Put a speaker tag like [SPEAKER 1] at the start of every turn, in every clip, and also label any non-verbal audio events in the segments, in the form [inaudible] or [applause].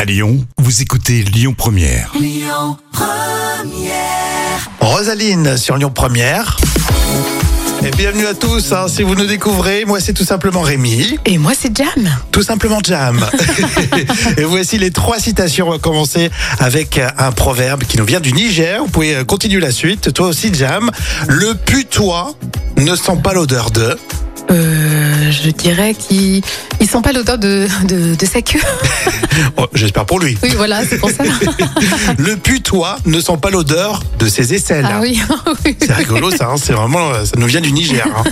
[SPEAKER 1] À Lyon, vous écoutez Lyon Première.
[SPEAKER 2] Rosaline sur Lyon Première. Et bienvenue à tous, hein, si vous nous découvrez, moi c'est tout simplement Rémi,
[SPEAKER 3] Et moi, c'est Jam.
[SPEAKER 2] tout simplement Jam. [laughs] et voici les trois citations, on va commencer avec un proverbe qui nous vient du Niger, vous pouvez euh, continuer la suite, toi aussi Jam. Le putois ne sent pas l'odeur de...
[SPEAKER 3] Euh, je dirais qu'ils ils sentent pas l'odeur de, de, de sa queue. [laughs]
[SPEAKER 2] Oh, J'espère pour lui.
[SPEAKER 3] Oui, voilà, c'est pour
[SPEAKER 2] [laughs]
[SPEAKER 3] ça.
[SPEAKER 2] Le putois ne sent pas l'odeur de ses aisselles.
[SPEAKER 3] Ah oui, [laughs] oui.
[SPEAKER 2] C'est rigolo ça, hein, c'est vraiment, euh, ça nous vient du Niger. hein.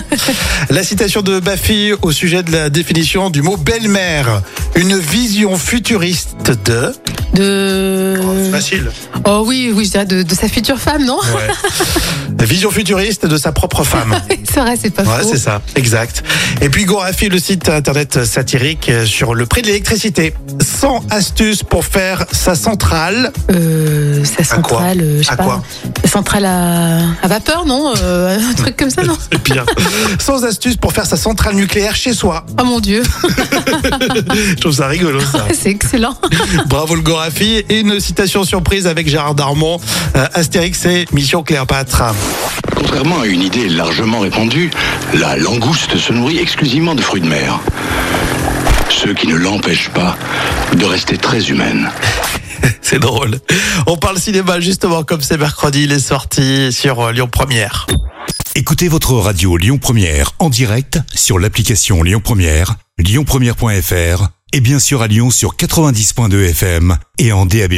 [SPEAKER 2] La citation de Baffy au sujet de la définition du mot belle-mère. Une vision futuriste de...
[SPEAKER 3] De.
[SPEAKER 2] Facile.
[SPEAKER 3] Oh oui, oui, je dirais de, de sa future femme, non
[SPEAKER 2] Ouais. vision futuriste de sa propre femme.
[SPEAKER 3] C'est vrai, c'est [laughs] pas
[SPEAKER 2] Ouais,
[SPEAKER 3] faux.
[SPEAKER 2] c'est ça, exact. Et puis Gorafi, le site internet satirique euh, sur le prix de l'électricité. 100 astuces pour faire sa centrale.
[SPEAKER 3] Euh, sa
[SPEAKER 2] À quoi
[SPEAKER 3] centrale, euh, je sais
[SPEAKER 2] À
[SPEAKER 3] pas.
[SPEAKER 2] quoi
[SPEAKER 3] sa centrale à, à vapeur, non Euh, Un truc
[SPEAKER 2] [laughs]
[SPEAKER 3] comme ça, non
[SPEAKER 2] C'est pire. 100 astuces pour faire sa centrale nucléaire chez soi.
[SPEAKER 3] Oh mon dieu, [laughs]
[SPEAKER 2] Je trouve ça rigolo ça.
[SPEAKER 3] c'est excellent.
[SPEAKER 2] Bravo le Gorafi. Et une citation surprise avec Gérard Darmon. Euh, Astérix et Mission Cléopâtre.
[SPEAKER 4] Contrairement à une idée largement répandue, la langouste se nourrit exclusivement de fruits de mer. Ce qui ne l'empêche pas de rester très humaine.
[SPEAKER 2] C'est drôle. On parle cinéma justement comme c'est mercredi, il est sorti sur euh, Lyon Première.
[SPEAKER 1] Écoutez votre radio Lyon Première en direct sur l'application Lyon Première, lyonpremière.fr et bien sûr à Lyon sur 90.2 FM et en DAB+.